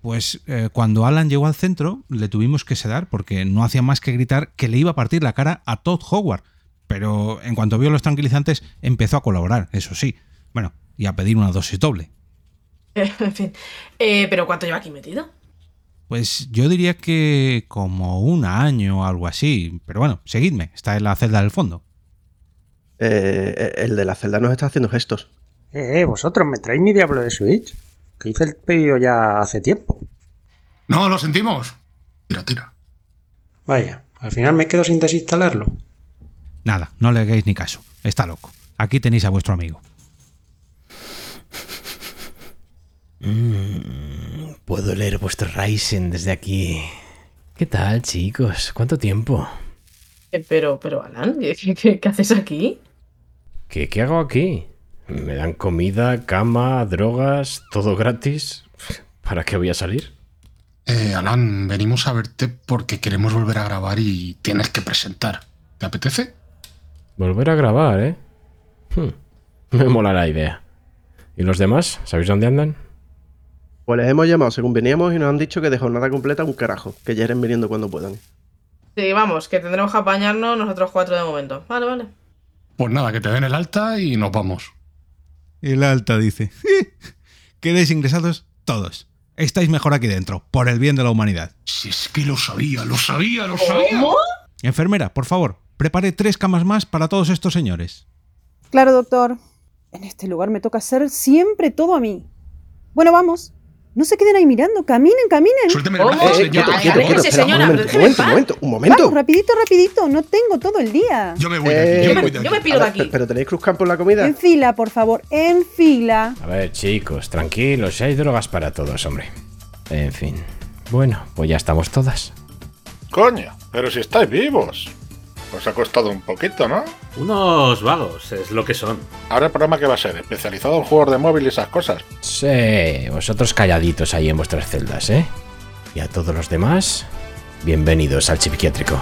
Pues eh, cuando Alan llegó al centro, le tuvimos que sedar porque no hacía más que gritar que le iba a partir la cara a Todd Howard. Pero en cuanto vio los tranquilizantes, empezó a colaborar, eso sí. Bueno, y a pedir una dosis doble. en fin. Eh, ¿Pero cuánto lleva aquí metido? Pues yo diría que como un año o algo así. Pero bueno, seguidme, está en la celda del fondo. Eh, el de la celda nos está haciendo gestos. Eh, eh, vosotros, ¿me traéis mi diablo de Switch? Que hice el pedido ya hace tiempo. No, lo sentimos. Tira, tira. Vaya, al final me quedo sin desinstalarlo. Nada, no le hagáis ni caso. Está loco. Aquí tenéis a vuestro amigo. Mm, puedo leer vuestro Ryzen desde aquí. ¿Qué tal, chicos? ¿Cuánto tiempo? Eh, pero, pero, Alan, ¿qué, qué, qué haces aquí? ¿Qué, ¿Qué hago aquí? Me dan comida, cama, drogas, todo gratis. ¿Para qué voy a salir? Eh, Alan, venimos a verte porque queremos volver a grabar y tienes que presentar. ¿Te apetece? Volver a grabar, ¿eh? Hmm, me mola la idea. ¿Y los demás? ¿Sabéis dónde andan? Pues les hemos llamado según veníamos y nos han dicho que de jornada completa un carajo, que ya irán viniendo cuando puedan. Sí, vamos, que tendremos que apañarnos nosotros cuatro de momento. Vale, vale. Pues nada, que te den el alta y nos vamos. El alta dice: Quedéis ingresados todos. Estáis mejor aquí dentro, por el bien de la humanidad. Si es que lo sabía, lo sabía, lo sabía. Enfermera, por favor, prepare tres camas más para todos estos señores. Claro, doctor. En este lugar me toca hacer siempre todo a mí. Bueno, vamos. No se queden ahí mirando. Caminen, caminen. Suéltame la mano, Eh, señor. eh, quieto, quieto. Aléjese, espera, señora, un pero momento, déjeme un momento, en un momento, un Vamos, momento. rapidito, rapidito. No tengo todo el día. Yo me voy de Eh, aquí, yo me Yo me, voy de yo me aquí. piro de A ver, aquí. ¿Pero tenéis cruzcampo en la comida? En fila, por favor. En fila. A ver, chicos, tranquilos, si hay drogas para todos, hombre. En fin. Bueno, pues ya estamos todas. Coño, pero si estáis vivos. Os ha costado un poquito, ¿no? Unos vagos, es lo que son. Ahora el programa que va a ser, especializado en juegos de móvil y esas cosas. Sí, vosotros calladitos ahí en vuestras celdas, ¿eh? Y a todos los demás, bienvenidos al psiquiátrico.